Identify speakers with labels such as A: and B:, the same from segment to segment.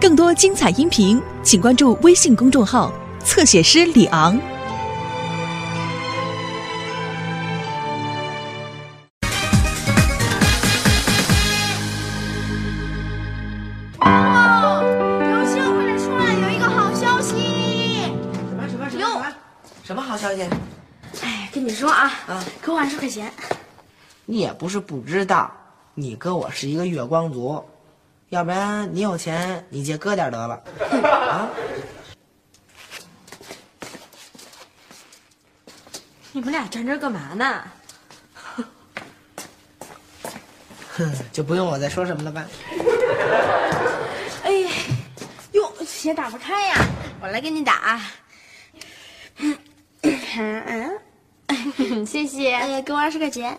A: 更多精彩音频，请关注微信公众号“侧写师李昂
B: 哇，刘星快点出来，有一个好消息！
C: 什么什么什么
B: 哟
C: 什么什么好消息？
B: 哎，跟你说啊，
C: 啊
B: 给我二十块钱。
C: 你也不是不知道，你哥我是一个月光族，要不然你有钱你借哥点儿得 了。啊，
B: 你们俩站这儿干嘛呢？
C: 哼， 就不用我再说什么了吧？
B: 哎，哟，鞋打不开呀，我来给你打。
D: 谢谢。
B: 哎，给我二十块钱。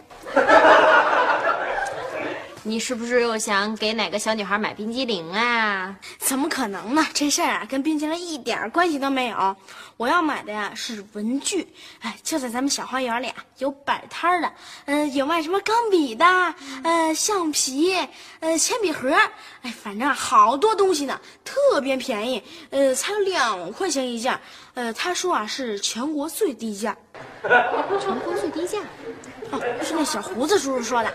D: 你是不是又想给哪个小女孩买冰激凌啊？
B: 怎么可能呢？这事儿啊，跟冰淇淋一点儿关系都没有。我要买的呀是文具，哎，就在咱们小花园里啊，有摆摊儿的，呃，有卖什么钢笔的，呃，橡皮，呃，铅笔盒，哎，反正啊好多东西呢，特别便宜，呃，才两块钱一件儿，呃，他说啊是全国最低价，
D: 全国最低价。
B: 哦，是那小胡子叔叔说的。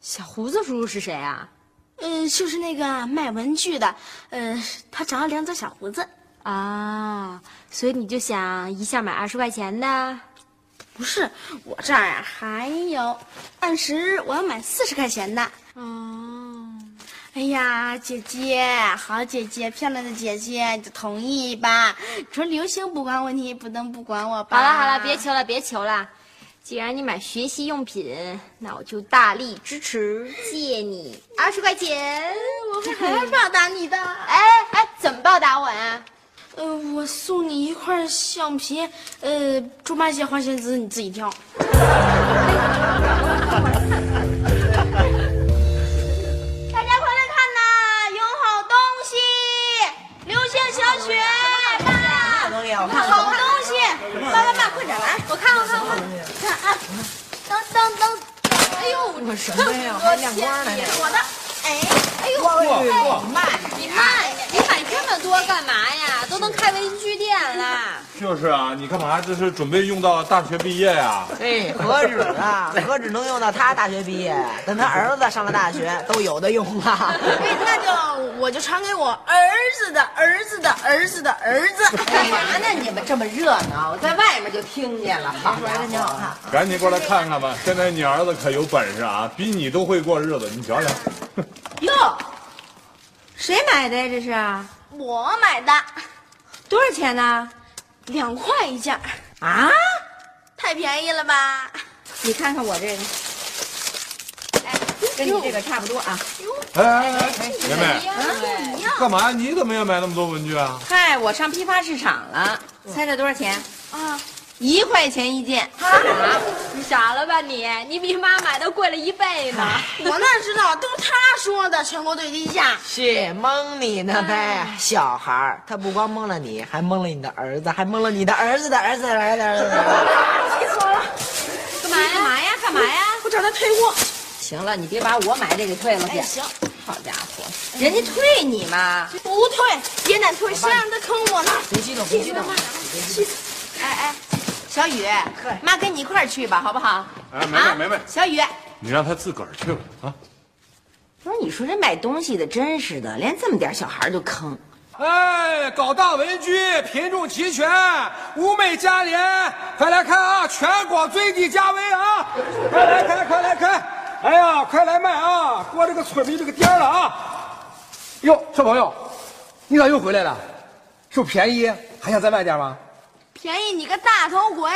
D: 小胡子叔叔是谁啊？
B: 呃，就是那个卖文具的，呃，他长了两撮小胡子。
D: 啊，所以你就想一下买二十块钱的？
B: 不是，我这儿啊还有二十，我要买四十块钱的。
D: 哦，
B: 哎呀，姐姐，好姐姐，漂亮的姐姐，你就同意吧？你说流行不管我，你也不能不管我吧？
D: 好了好了，别求了别求了。既然你买学习用品，那我就大力支持，借你二十块钱。我会
B: 还要报答你的。
D: 哎哎，怎么报答我呀、
B: 呃，我送你一块橡皮，呃，猪八戒、花仙子，你自己 挑。
D: 大家快来看呐，有好东西！流星小雪，爸
C: 东西啊，我看
D: 好东西！爸爸爸，快点来！我看我看我看，看啊！当当当！哎呦，我什么呀？我亮光呢！我的，哎，哎呦，
C: 哇
D: 慢，你
B: 啊
D: 慢哎呀！你买这么多干嘛呀？都能开文具店了。
E: 就是啊，你干嘛？这是准备用到大学毕业呀、
C: 哎，何止 啊，何止能用到他大学毕业，等他儿子上了大学都有的 用啊。
B: 哎那就我就传给我儿子的儿子的儿子的儿子。
F: 干嘛呢？你们这么热闹，我在外面就听见了。好家伙，
E: 赶紧过来看看吧！现在你儿子可有本事啊，比你都会过日子。你瞧瞧，
F: 哟，谁买的呀？这是
B: 我买的，
F: 多少钱呢？
B: 两块一件儿，
F: 啊？
B: 太便宜了吧？
F: 你看看我这个，哎，跟你这个差不多啊。
E: 哎哎哎，梅梅，
D: 嗯
B: 一样
E: 干嘛？你怎么也买那么多文具啊？
F: 嗨，我上批发市场了，猜猜多少钱？
B: 嗯啊。
F: 一块钱一件。
D: 你傻了吧你？你比妈买的贵了一倍呢。
B: 我哪知道，都是他说的全国最低价。
C: 是蒙你呢呗，
F: 哎
C: 小孩儿，他不光蒙了你，还蒙了你的儿子，还蒙了你的儿子的儿子的儿子的儿子的儿子。
D: 干嘛呀？干嘛呀？干嘛呀？
B: 我找他退货。
F: 行了，你别把我买这给退了去
B: 哎，。行，
F: 好家伙，人家退你嘛。
B: 不退也得退，谁让他坑我呢？
C: 别激动，别激动。
F: 哎哎，小雨，妈跟你一块儿去吧，好不好？
E: 哎，梅
B: 啊
E: 梅梅梅，
F: 小雨，
E: 你让他自个儿去吧啊！
F: 不是你说这买东西的真是的，连这么点小孩儿就坑。
G: 哎，搞大文具，品种齐全，物美价廉，快来看啊！全国最低价位啊！快来，快来，快来，快来！哎呀，快来卖啊！过这个村民这个店儿了啊！哟，小朋友，你咋又回来了？是不是便宜？还想再买点吗？
B: 便宜你个大头鬼！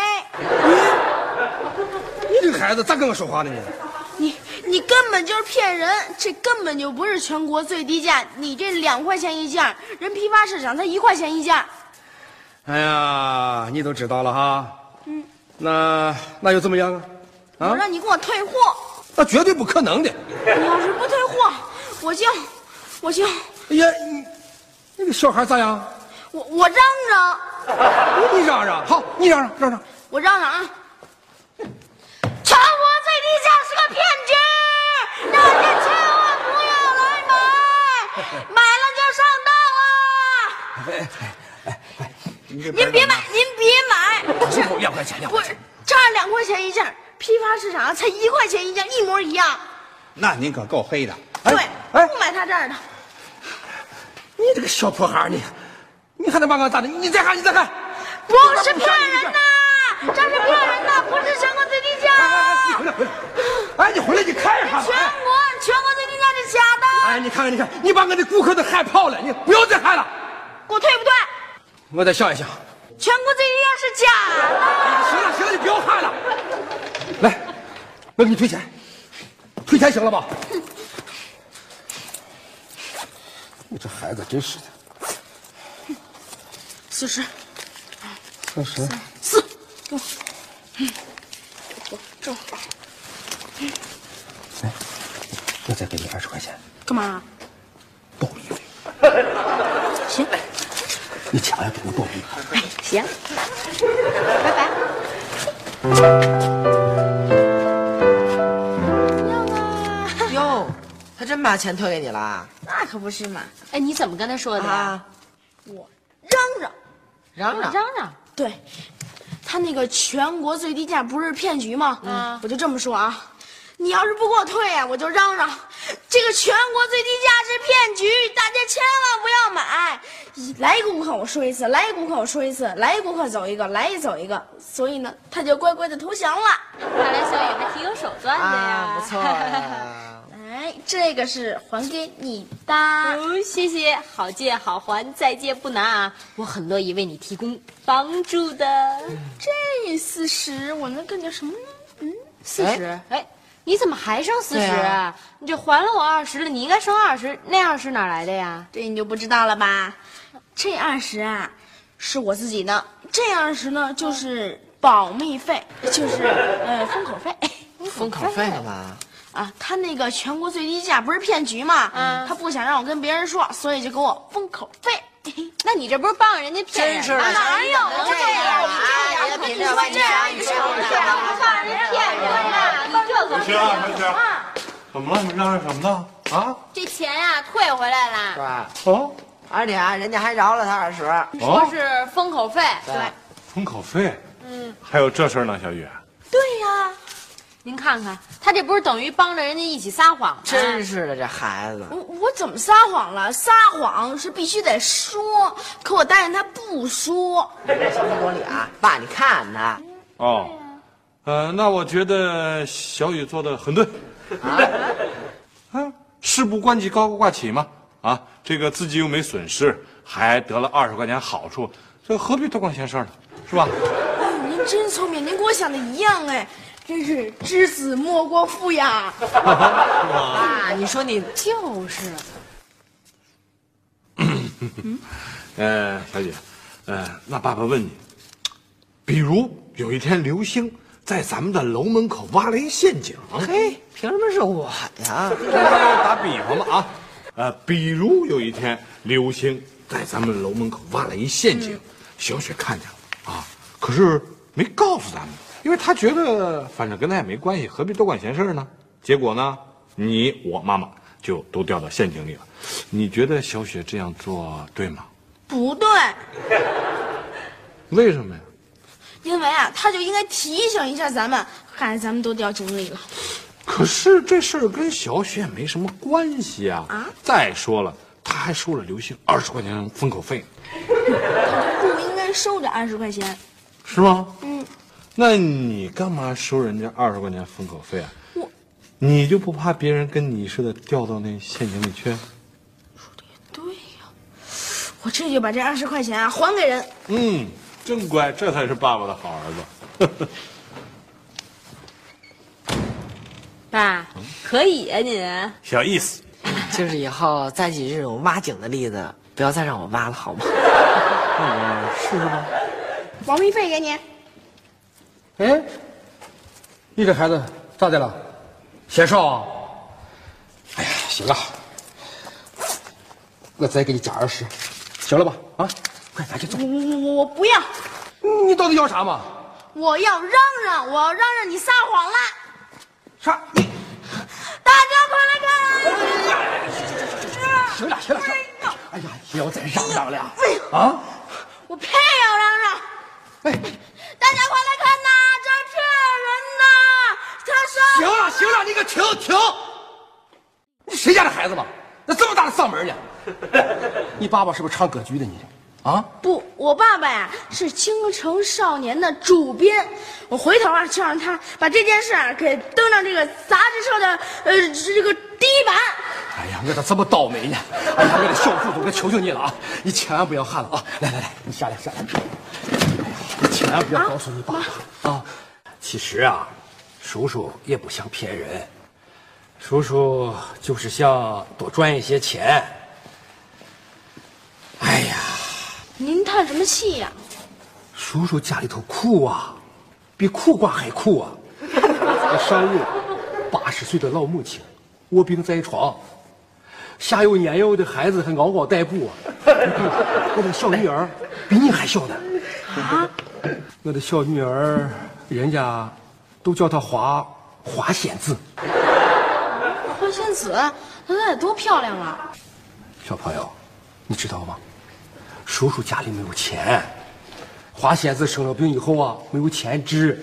G: 你这个孩子咋跟我说话呢你？
B: 你你根本就是骗人，这根本就不是全国最低价，你这两块钱一件儿，人批发市场才一块钱一件儿。
G: 哎呀，你都知道了哈。嗯。那那又怎么样啊？
B: 我
G: 啊？
B: 让你给我退货，
G: 那绝对不可能的。
B: 你要是不退货，我就我就
G: 哎呀，你那个小孩咋样？
B: 我我嚷嚷，
G: 你嚷嚷，好，你嚷嚷嚷嚷。
B: 我嚷嚷啊！全国最低价是个骗局，大家千万不要来买，买了就上当了。啊您别买，您别买，
G: 不是两块钱，两
B: 不
G: 块
B: 是
G: 钱。
B: 这儿两块钱一件儿，批发市场才一块钱一件，一模一样。
G: 那您可够黑的。
B: 对，
G: 哎，
B: 不买他这儿的。
G: 你这个小破孩儿你，你还能把我咋的？你再看，你再看。
B: 不是骗人的，这是骗人的，不是全国最低价。
G: 哎，你回来，回来。哎，你回来，你看一下吧哎
B: 全。国全国最低价是假的，
G: 哎，你看看，你看，你把我的顾客都害怕了，你不要再害了。
B: 给我退不退？
G: 我再想一想。
B: 全国最低价是假的。
G: 哎行了，行了，你不要害了。来，我给你退钱，退钱行了吧？ 你这孩子真是的。
B: 四十
G: 确实，
B: 四，给我。这
G: 哎我再给你二十块钱
B: 干嘛？
G: 报名费，
B: 行，
G: 你强也不能报名。
B: 哎，行，拜拜。
C: 哟，他真把钱退给你了啊？
B: 那可不是嘛，
D: 哎，你怎么跟他说的呀？
C: 啊，
B: 嚷嚷。
C: 嚷嚷，
D: 嚷嚷，
B: 对，他那个全国最低价不是骗局吗？嗯，我就这么说啊，你要是不给我退啊，我就嚷嚷，这个全国最低价是骗局，大家千万不要买。来一个顾客我说一次，来一个顾客我说一次，来一个顾客走一个，来一走一个，所以呢，他就乖乖的投降了。
D: 看来小雨还挺有手段的呀。
C: 啊，不错呀。
B: 哎，这个是还给你的，
D: 哦，谢谢，好借好还，再借不难啊！我很乐意为你提供帮助的。
B: 这四十我能干点什么呢？嗯
D: 四十，哎，你怎么还剩四
C: 对
D: 十
C: 啊？
D: 你这还了我二十了，你应该剩二十，那二十哪来的呀？
B: 这你就不知道了吧？这二十啊，是我自己的；这二十呢，就是保密费，就是呃封口费。
C: 封口费干嘛？
B: 啊，他那个全国最低价不是骗局嘛？他不想让我跟别人说，所以就给我封口费。
D: 那你这不是帮人家骗人
C: 真是的
D: 吗？
F: 哎
C: 哪
D: 有这样啊？
C: 哎呀，别这万年啊，你
D: 帮人家骗人呀？你这可
H: 不是啊，不是啊，怎么了？你嚷嚷什么呢？啊？
D: 这钱呀退回来了，
F: 哎
C: 吧？
H: 哦
C: 而且啊，人家还饶了他二十。
F: 啊
D: 说
H: 哦，
D: 是封口费。
C: 对，
H: 封口费。嗯，还有这事儿呢，小雨。
B: 对呀、
D: 您看看，他这不是等于帮着人家一起撒谎吗？
C: 真是的，这孩子
B: 我我怎么撒谎了？撒谎是必须得说，可我答应他不说。
C: 不懂理啊！爸，你看他，
H: 哦，呃，那我觉得小雨做的很对。 啊，事不关己，高高挂起嘛。啊，这个自己又没损失，还得了二十块钱好处，这何必多管闲事儿呢？是吧？
B: 哎，您真聪明，您跟我想的一样哎，真是知子莫过父呀。
C: 爸，啊你说你
D: 就是，
H: 呃，小姐，呃，那爸爸问你，比如有一天刘星在咱们的楼门口挖了一陷阱，啊哎
C: 嘿，哎凭什么是我呀？
H: 打比方吧啊，呃，比如有一天刘星在咱们楼门口挖了一陷阱，小雪看见了啊，可是没告诉咱们，因为她觉得反正跟她也没关系，何必多管闲事儿呢？结果呢，你我妈妈就都掉到陷阱里了。你觉得小雪这样做对吗？
B: 不对，
H: 为什么呀？
B: 因为啊，他就应该提醒一下咱们，看来咱们都掉井里了。
H: 可是这事儿跟小雪也没什么关系啊！啊，再说了，她还收了刘星二十块钱封口费呢，
B: 不应该收这二十块钱。
H: 是吗？嗯，那你干嘛收人家二十块钱封口费啊？
B: 我，
H: 你就不怕别人跟你似的掉到那陷阱里去？
B: 对呀、我这就把这二十块钱啊还给人。
H: 嗯，真乖，这才是爸爸的好儿子。
D: 爸，可以啊您。
H: 小意思，
C: 就是以后再举这种挖井的例子，不要再让我挖了，好吗？
B: 保密费给你，
G: 哎，你这孩子咋的了？嫌少啊？哎呀，行了，我再给你加二十，行了吧？啊，快赶紧走！
B: 我我我我不要，
G: 你到底要啥嘛？
B: 我要嚷嚷，我要嚷嚷你撒谎了，
G: 啥？你
B: 大家快来看啊！
G: 行了行了行了，哎
H: 哎呀，又在嚷嚷了啊！
B: 我偏要嚷嚷！大家快来看呐，这儿骗人呐！他说
G: 行了行啊了，你可停停！你谁家的孩子吧？那这么大的嗓门呢？你爸爸是不是唱歌剧的你？啊？
B: 不，我爸爸呀是《京城少年》的主编，我回头啊就让他把这件事啊给登上这个杂志社的呃这个第一版。
G: 哎呀，我咋这么倒霉呢？哎呀，我的小祖宗，我求求你了啊！你千万不要喊了啊！来来来，你下来下来。哎呀你千万不要告诉你爸爸啊！其实啊，叔叔也不想骗人，叔叔就是想多赚一些钱。哎呀，
B: 您叹什么气呀、
G: 叔叔家里头苦啊，比苦瓜还苦啊！我上有八十岁的老母亲卧病在床，下有年幼的孩子还嗷嗷待哺啊！我的小女儿比你还小呢！我的小女儿，人家都叫她华华仙子。
B: 花仙子，她得多漂亮啊！
G: 小朋友，你知道吗？叔叔家里没有钱，华仙子生了病以后啊，没有钱治。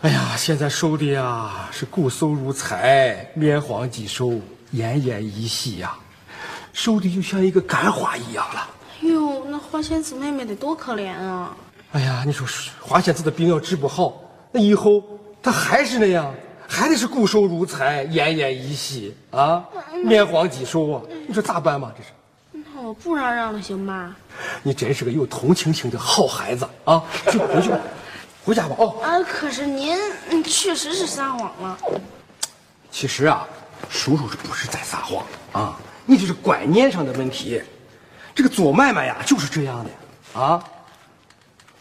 G: 哎呀，现在瘦的呀是骨瘦如柴，面黄肌瘦，奄奄一息呀、瘦的就像一个干花一样了。
B: 哟，那花仙子妹妹得多可怜啊！
G: 哎呀，你说华仙子的病要治不好，那以后她还是那样，还得是骨瘦如柴、奄奄一息啊，面黄肌瘦啊，你说咋办嘛？这是，
B: 那我哦不嚷嚷了行吗？
G: 你真是个有同情心的好孩子啊！去回去吧，回家吧哦。
B: 啊，可是您嗯确实是撒谎了。
G: 其实啊，叔叔是不是在撒谎啊？你这是观念上的问题。这个做买卖呀，就是这样的啊。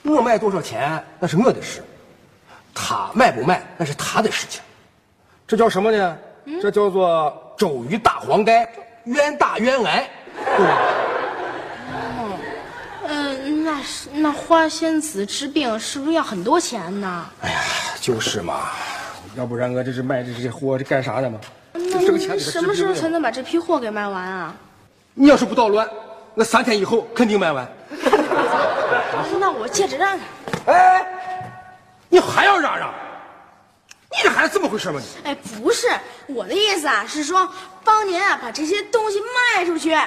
G: 我卖多少钱那是我的事，他卖不卖那是他的事情。这叫什么呢？这叫做周瑜打黄盖，冤打冤挨，对吧？
B: 嗯，那是那花仙子治病是不是要很多钱呢？
G: 哎呀，就是嘛，要不然我这是卖这这货这干啥的嘛？
B: 那
G: 挣
B: 您
G: 钱给他
B: 什
G: 治
B: 么时候
G: 病
B: 才能把这批货给卖完啊？
G: 你要是不捣乱，我三天以后肯定卖完。啊
B: 那我戒指让让。
G: 哎，你还要嚷嚷？你这孩子怎么回事嘛你？
B: 哎，不是我的意思啊，是说帮您啊把这些东西卖出去。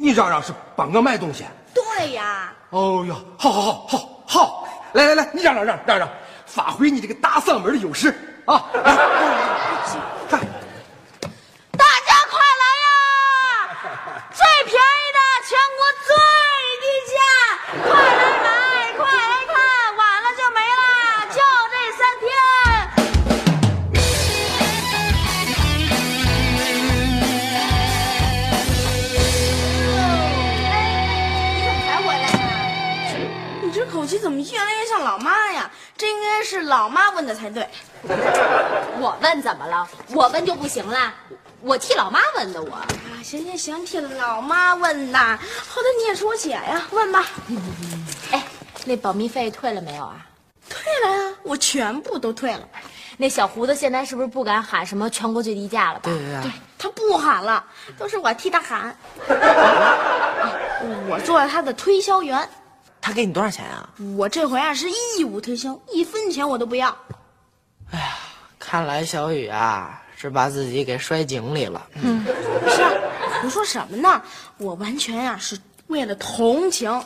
G: 你嚷嚷是帮我买东西？
B: 对呀，
G: 哦呀，好好好好好，来来来，你嚷嚷嚷嚷嚷，发挥你这个大嗓门的优势啊！来看，
B: 大家快来呀！最便宜的全国最低价，快来买，快来看，晚了就没啦，就这三天。
I: 你怎么才回来呀？
B: 你这口气怎么越来越像老妈呀？这应该是老妈问的才对。
D: 我问怎么了？我问就不行了？我替老妈问的我。
B: 啊，行行行，替老妈问呐，好歹你也是我姐呀，问吧。
D: 哎，那保密费退了没有啊？
B: 退了呀，我全部都退了。
D: 那小胡子现在是不是不敢喊什么全国最低价了吧？
B: 对他不喊了，都是我替他喊。 哎我做了他的推销员，
C: 他给你多少钱啊？
B: 我这回啊是义务推销，一分钱我都不要。
C: 看来小雨啊是把自己给摔井里了。
B: 不是，胡说什么呢？我完全呀、是为了同情，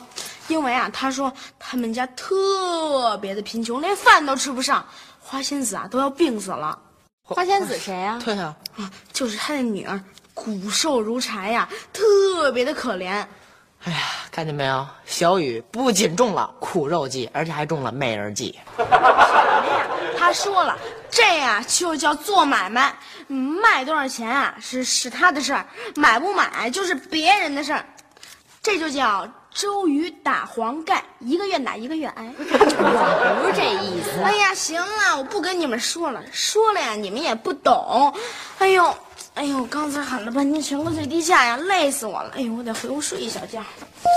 B: 因为啊，他说他们家特别的贫穷，连饭都吃不上，花仙子啊都要病死了
D: 花仙子谁啊？
C: 对啊，
B: 啊！就是他的女儿骨瘦如柴呀、特别的可怜。
C: 哎呀，看见没有，小雨不仅中了苦肉计，而且还中了美人计。
B: 他说了，这呀、就叫做买卖，嗯卖多少钱啊是是他的事儿，买不买就是别人的事儿，这就叫周瑜打黄盖，一个愿打一个愿挨。
D: 我不是这意思。
B: 哎呀，行了，我不跟你们说了，说了呀，你们也不懂。哎呦，哎呦，刚才喊了半天全国最低价呀，累死我了。哎呦，我得回屋睡一小觉。
I: 妈，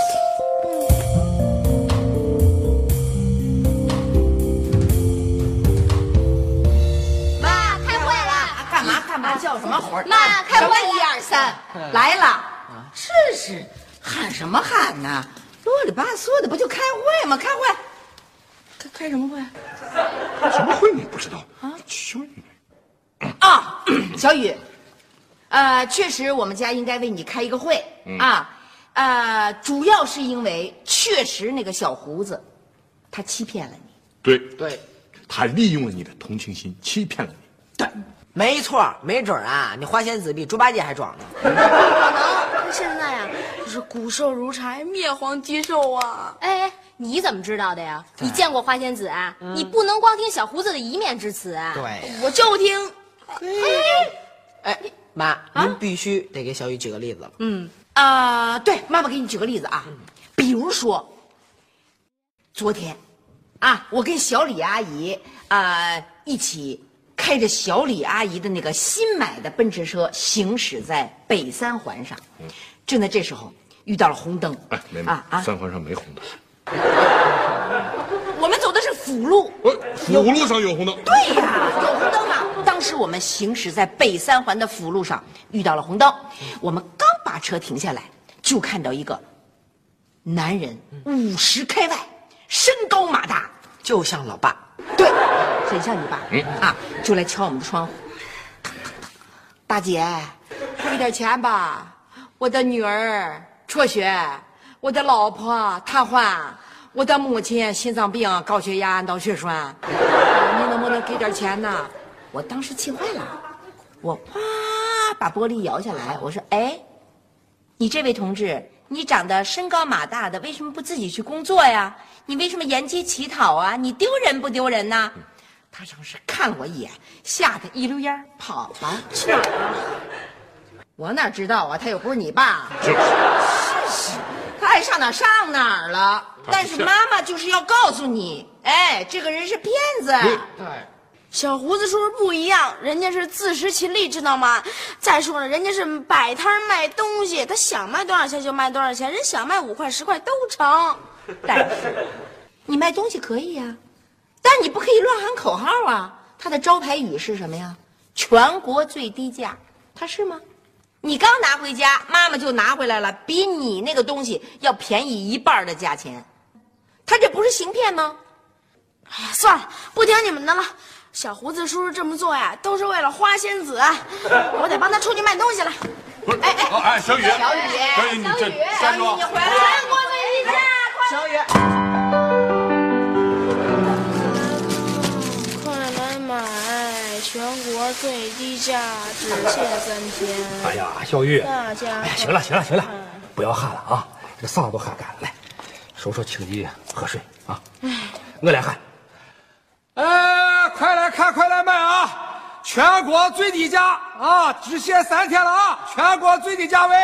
I: 开会了！
J: 干嘛干嘛叫什么火？
I: 妈，开会了！
J: 二三来了，
B: 真是喊什么喊呐？啰里吧嗦的，不就开会吗？开会， 开开什么会？
H: 什么会你不知道啊？小雨，
B: 啊，小雨，呃，确实我们家应该为你开一个会、啊，呃，主要是因为确实那个小胡子，他欺骗了你。
H: 对，
C: 对，
H: 他利用了你的同情心，欺骗了你。
C: 没错儿，没准儿啊，你花仙子比猪八戒还壮呢。
D: 啊
K: 他现在呀，就是骨瘦如柴，面黄肌瘦啊。
D: 哎，哎你怎么知道的呀？你见过花仙子啊？你不能光听小胡子的一面之词啊！
C: 对，
K: 我就听，
C: 哎，妈，您必须得给小雨举个例子了。
B: 啊、对，妈妈给你举个例子啊，
H: 嗯
B: 比如说，昨天，啊，我跟小李阿姨啊、一起开着小李阿姨的那个新买的奔驰车行驶在北三环上，正在这时候遇到了红灯，
H: 嗯哎，没没
B: 啊，啊，
H: 三环上没红灯，
B: 我们走的是辅路，
H: 哎，辅路上有红灯。
B: 对呀、有红灯啊！当时我们行驶在北三环的辅路上，遇到了红灯，我们刚把车停下来，就看到一个男人五十开外，身高马大，
C: 就像老爸，嗯
B: 对，很像你爸、啊，就来敲我们的窗户。大姐，汇点钱吧，我的女儿辍学，我的老婆瘫痪，我的母亲心脏病、高血压、脑血栓，你能不能给点钱呢？我当时气坏了，我啪把玻璃摇下来，我说：“哎，你这位同志，你长得身高马大的，为什么不自己去工作呀？你为什么沿街乞讨啊？你丢人不丢人呐？”他当时看了我一眼，吓得一溜烟儿跑了。去哪儿啊？我哪知道啊？他又不是你爸，
H: 就是，
B: 他爱上哪儿上哪儿了。
H: 他
B: 但
H: 不
B: 是
H: 是
B: 妈妈就是要告诉你，哎，这个人是骗子。
K: 小胡子叔叔不一样，人家是自食其力，知道吗？再说了，人家是摆摊儿卖东西，他想卖多少钱就卖多少钱，人想卖五块十块都成。
B: 但是你卖东西可以呀、但你不可以乱喊口号啊！他的招牌语是什么呀？全国最低价，他是吗？你刚拿回家，妈妈就拿回来了，比你那个东西要便宜一半儿的价钱，他这不是行骗吗？
K: 哎呀，算了，不听你们的了。小胡子叔叔这么做呀，都是为了花仙子，啊我得帮他出去卖东西了。
H: 不是，哎哎哎，小雨，小雨，小雨，你这哎站住！啊
B: 回来全国最低价，
C: 小雨，
K: 快来买，全国最低价，只限三天。
G: 哎呀，小玉，
K: 大家
G: 哎呀，行了行了行了，不要喊了啊，这嗓子都喊干了。来，叔叔请你喝水啊。我来喊，
L: 哎，快来看，快来买啊！全国最低价啊，只限三天了啊！全国最低价位，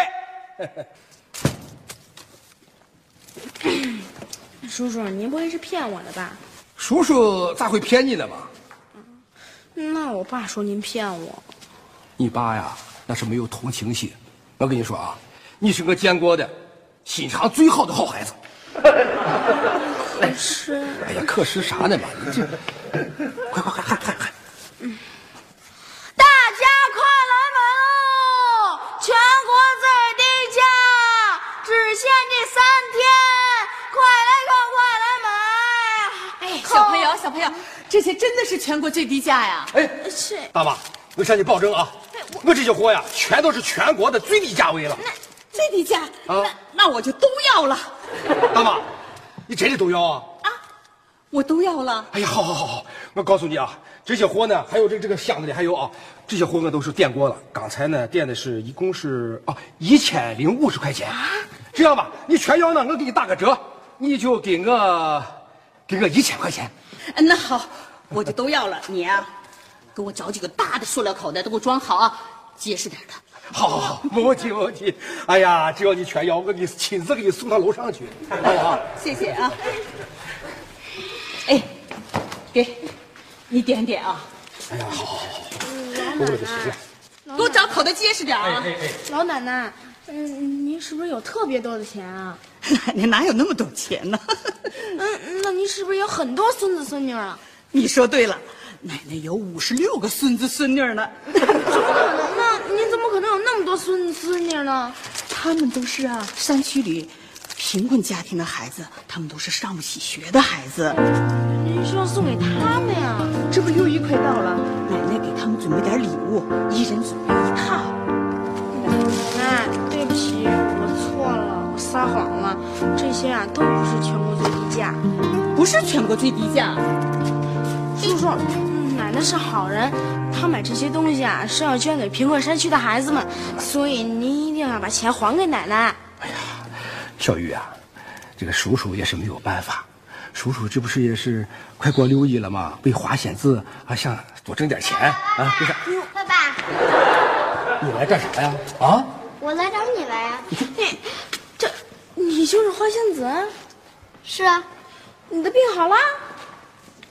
K: 叔叔，您不会是骗我的吧？
L: 叔叔咋会骗你了吧？
K: 那我爸说您骗我，
L: 你爸呀，那是没有同情心。我跟你说啊，你是我见过的心肠最好的好孩子。
K: 可是。
L: 哎呀，可是啥呢嘛？你这，快快快喊喊喊！
K: 大家快来买喽！全国最低价，只限这三天，快来看，快来买！哎，
D: 小朋友，小朋友，这些真的是全国最低价呀！
G: 哎，
K: 是
G: 爸爸，我向你保证啊，
D: 哎
G: 我这些货呀，全都是全国的最低价位了。啊
D: 最低价，那那我就都要了，
G: 大妈，你真的都要啊？
D: 我都要了。
G: 哎呀，好好好好，我告诉你啊，这些货呢，还有这这个箱子里还有啊，这些货我都是点过了。刚才呢点的是一共是啊一千零五十块钱。
D: 啊
G: 这样吧，你全要呢，我给你打个折，你就给我给我一千块钱。
M: 嗯，那好，我就都要了。你啊，给我找几个大的塑料口袋，都给我装好啊，结实点的。
G: 好好好，没问题没问题。哎呀，只要你全要，我给你亲自给你送到楼上去。哎呀，
M: 谢谢啊。哎，给，你点点啊，
G: 哎呀，好好好好，我勒个去！
M: 给我找口袋结实点啊。
K: 老奶奶，嗯，您是不是有特别多的钱啊？
M: 奶奶哪有那么多钱呢？
K: 嗯，那您是不是有很多孙子孙女啊？
M: 你说对了，奶奶有五十六个孙子孙女呢。
K: 怎么可能呢？您怎么可能有那么多孙子孙女呢？
M: 他们都是啊，山区里贫困家庭的孩子，他们都是上不起学的孩子。
B: 您是要送给他们呀？
M: 这不六一快到了，奶奶给他们准备点礼物，一人准备一套。
B: 奶奶，哎对不起，我错了，我撒谎了，这些啊都不是全国最低价，
M: 不是全国最低价。
B: 叔叔，嗯奶奶是好人，她买这些东西啊是要捐给贫困山区的孩子们，所以您一定要把钱还给奶奶。
G: 小玉啊，这个叔叔也是没有办法，叔叔这不是也是快过六一了吗？为华显字啊，想多挣点钱啊，为啥？
N: 爸爸，
G: 你来干啥呀？啊？
N: 我来找你来呀、
B: 这，你就是花仙子？
N: 是啊，
B: 你的病好啦？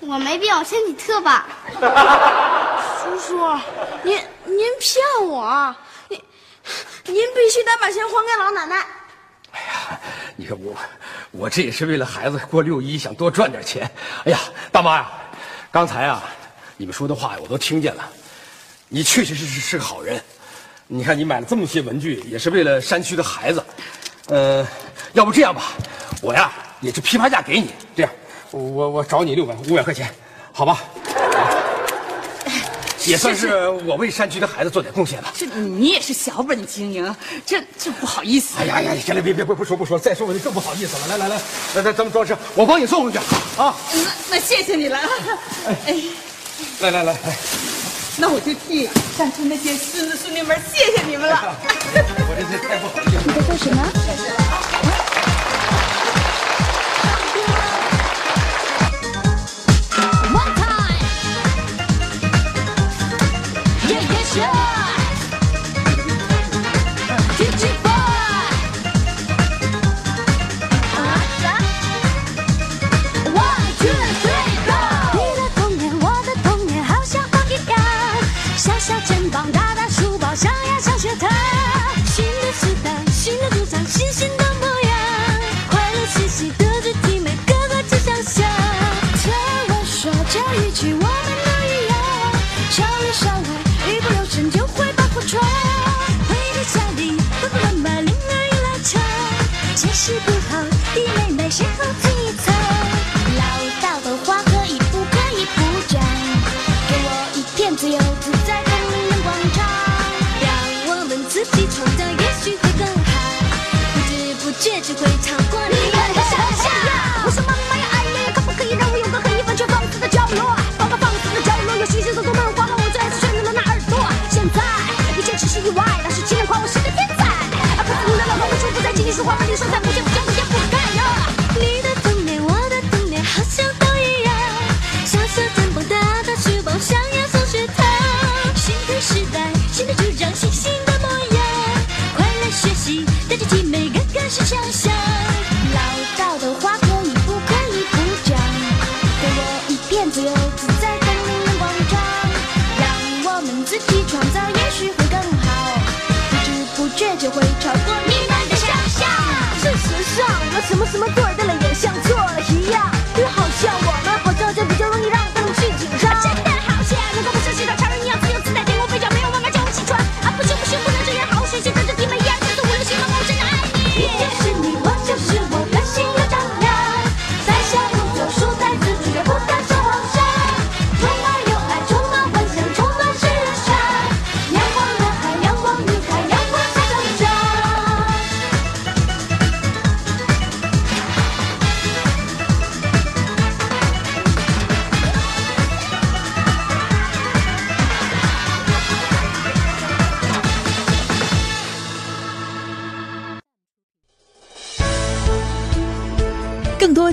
N: 我没病，我身体特棒。
B: 叔叔，您您骗我，您您必须得把钱还给老奶奶。
G: 你看我，我这也是为了孩子过六一，想多赚点钱。哎呀，大妈呀，刚才啊，你们说的话我都听见了。你确确实实是个好人。你看你买了这么些文具，也是为了山区的孩子。呃，要不这样吧，我呀也就批发价给你。这样，我我找你六百五百块钱，好吧？也算是我为山区的孩子做点贡献吧。
M: 这你也是小本经营，这这不好意思。
G: 哎呀呀，行了，别别不不说不说，再说我就更不好意思了。来来来，来来咱们装车，我帮你送回去啊。
M: 那那谢谢你了，哎，
G: 来来哎来来，
M: 那我就替山村那些孙子孙女们谢谢你们了。
G: 我这这太不好意思了。
N: 在做什么？
K: One time. Yeah, yeah, sure. Teach it, boy. One, two, three, go. 你的童年，我的童年，好像风一样，小小肩膀，大大书包，上呀上学堂。新的时代，新的主张，新新的模样，快乐嘻嘻，德智体美，个个志向想。听我说这一句，我们都一样，少里少外，一不留神就会把火闯。回到家里，爸爸妈妈铃儿一拉长，解释不好，弟妹妹谁后退一层。老道的话可以不可以不讲？给我一片自由自在的人广场，让我们自己创造，也许会更好。不知不觉就会超过你们的想象。我说妈妈呀，哎呀呀，可不可以让我有个可以完全放肆的角落？放个放肆的角落，有新鲜的动漫画和我最爱吃炫的那耳朵。现在一切只是意外，老师竟然夸我是个天才。啊，可是你的老公会说不再经历说话问题，说再不见不见不见不该呀。你的童年，我的童年，好像都一样。小小肩膀，大大书包，上呀上学堂。新的时代，新的主张，新新的模样。快乐学习，带着体美，个个是强项。老道的话可以不可以不讲？给我一片自由自在的人广场，让我们自己创造，也许会更好。不知不觉就会超过你们的想象。
O: 事实上，我什么什么对的了，也像错了一样。就好像我们好像就比较容易让他们去紧张。
K: 真的好险！如果不是寻找常人一样自由自在，天空飞翔，没有妈妈叫我起床。啊，不行不行，不能这样，好好学习，跟着弟妹一二三四五六七，妈妈我真的爱你。你就是你，我就是我，个性又张扬，在小路走，树在自主，也不敢说谎话。充满友爱，充满幻想，充满时尚。阳光男孩，阳光女孩，阳光下成长。
A: 更多